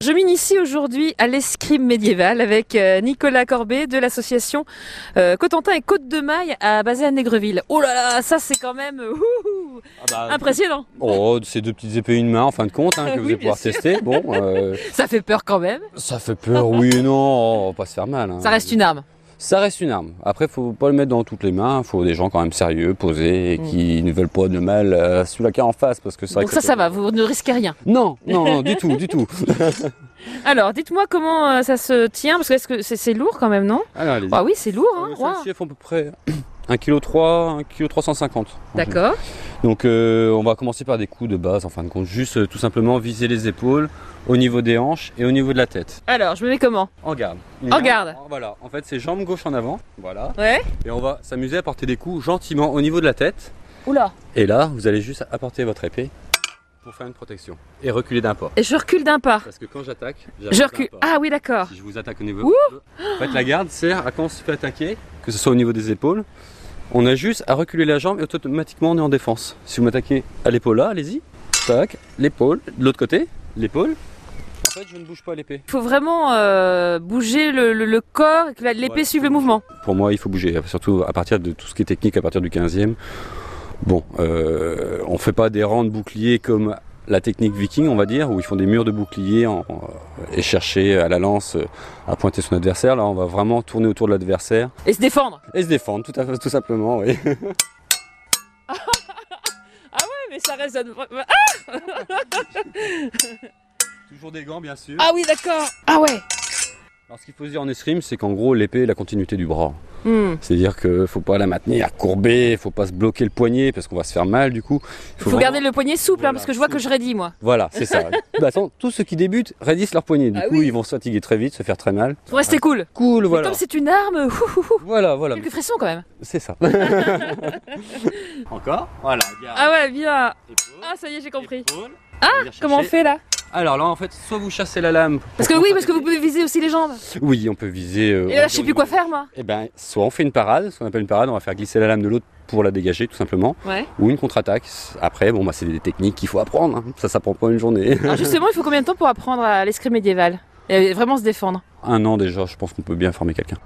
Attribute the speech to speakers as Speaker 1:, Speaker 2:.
Speaker 1: Je m'initie aujourd'hui à l'escrime médiévale avec euh, Nicolas Corbet de l'association euh, Cotentin et Côte de Maille à basée à Négreville. Oh là là, ça c'est quand même euh, ouhou,
Speaker 2: Ah bah,
Speaker 1: impressionnant.
Speaker 2: Oh, ces deux petites épées une main en fin de compte hein,
Speaker 1: Oui,
Speaker 2: que vous allez
Speaker 1: bien
Speaker 2: pouvoir
Speaker 1: sûr.
Speaker 2: tester. Bon, euh,
Speaker 1: Ça fait peur quand même.
Speaker 2: ça fait peur, oui et non, on va pas se faire mal. hein.
Speaker 1: Ça reste une arme.
Speaker 2: Ça reste une arme. Après, faut pas le mettre dans toutes les mains. Faut des gens quand même sérieux, posés, et
Speaker 1: Mm.
Speaker 2: qui ne veulent pas de mal euh, sous la en face, parce que c'est vrai
Speaker 1: Donc
Speaker 2: que
Speaker 1: ça, ça
Speaker 2: peut-
Speaker 1: va, vous ne risquez rien.
Speaker 2: Non, non, non, du tout, du tout.
Speaker 1: Alors, dites-moi comment euh, ça se tient, parce que est-ce que c'est c'est lourd quand même, non
Speaker 2: Alors, allez.
Speaker 1: Ah oui, c'est lourd, hein.
Speaker 2: Les
Speaker 1: waouh.
Speaker 2: salsiers font à peu près 1,3 kg, 1,350 kg.
Speaker 1: D'accord.
Speaker 2: Donc euh, on va commencer par des coups de base en fin de compte, juste euh, tout simplement viser les épaules au niveau des hanches et au niveau de la tête.
Speaker 1: Alors, je me mets comment
Speaker 2: En garde. Une
Speaker 1: En
Speaker 2: main-
Speaker 1: garde.
Speaker 2: Voilà, en fait c'est jambe gauche en avant, voilà.
Speaker 1: Ouais.
Speaker 2: Et on va s'amuser à porter des coups gentiment au niveau de la tête.
Speaker 1: Oula.
Speaker 2: Et là, vous allez juste apporter votre épée pour faire une protection et reculer d'un pas.
Speaker 1: Et je recule d'un pas.
Speaker 2: Parce que quand j'attaque,
Speaker 1: Je
Speaker 2: j'avance d'un
Speaker 1: recule.
Speaker 2: pas.
Speaker 1: Ah oui, d'accord.
Speaker 2: Si je vous attaque au niveau. En fait, la garde sert à quand on se fait attaquer, que ce soit au niveau des épaules, on a juste à reculer la jambe et automatiquement on est en défense. Si vous m'attaquez à l'épaule là, allez-y. Tac, l'épaule, de l'autre côté, l'épaule. En fait, je ne bouge pas l'épée.
Speaker 1: Il faut vraiment euh, bouger le, le- le corps et que la- l'épée
Speaker 2: Ouais,
Speaker 1: suive le
Speaker 2: faut bouger.
Speaker 1: mouvement.
Speaker 2: Pour moi, il faut bouger, surtout à partir de tout ce qui est technique, à partir du 15e. Bon, euh, on fait pas des rangs de boucliers comme la technique viking, on va dire, où ils font des murs de boucliers en- en- et chercher à la lance euh, à pointer son adversaire. Là, on va vraiment tourner autour de l'adversaire.
Speaker 1: Et se défendre.
Speaker 2: Et se défendre, tout, à fait, tout simplement, oui.
Speaker 1: mais ça résonne. vra-
Speaker 2: Toujours des gants, bien sûr.
Speaker 1: Ah oui, d'accord. Ah ouais.
Speaker 2: Alors, ce qu'il faut se dire en escrime, c'est qu'en gros, l'épée est la continuité du bras. C'est-à-dire que faut pas la maintenir courbée, faut pas se bloquer le poignet parce qu'on va se faire mal du coup.
Speaker 1: Il faut garder le poignet souple, hein,
Speaker 2: Voilà,
Speaker 1: parce que je vois que je raidis, moi.
Speaker 2: Voilà, c'est ça. bah, attends, tous ceux qui débutent raidissent leur poignet. Du
Speaker 1: Ah
Speaker 2: coup,
Speaker 1: oui.
Speaker 2: ils vont se fatiguer très vite, se faire très mal.
Speaker 1: Faut rester cool.
Speaker 2: Cool,
Speaker 1: Mais
Speaker 2: voilà.
Speaker 1: comme c'est une arme, ouf, ouf, ouf,
Speaker 2: Voilà, voilà.
Speaker 1: quelques frissons quand même.
Speaker 2: C'est ça. Encore Voilà, garde.
Speaker 1: Ah ouais, bien.
Speaker 2: Épaule,
Speaker 1: Ah, ça y est, j'ai compris. Ah,
Speaker 2: épaule. On va venir
Speaker 1: Comment on
Speaker 2: chercher.
Speaker 1: fait là
Speaker 2: Alors là, en fait, soit vous chassez la lame. pour
Speaker 1: Parce que oui, parce que
Speaker 2: contre-attaquer.
Speaker 1: vous pouvez viser aussi les jambes.
Speaker 2: Oui, on peut viser. euh,
Speaker 1: Et là, je sais plus quoi faire, moi.
Speaker 2: Eh ben, soit on fait une parade, ce qu'on appelle une parade, on va faire glisser la lame de l'autre pour la dégager tout simplement,
Speaker 1: Ouais.
Speaker 2: ou une contre-attaque. Après, bon, bah, c'est des techniques qu'il faut apprendre, hein. ça s'apprend pas en une journée.
Speaker 1: Alors justement, il faut combien de temps pour apprendre à l'escrime médiévale et euh, vraiment se défendre
Speaker 2: Un an déjà, je pense qu'on peut bien former quelqu'un.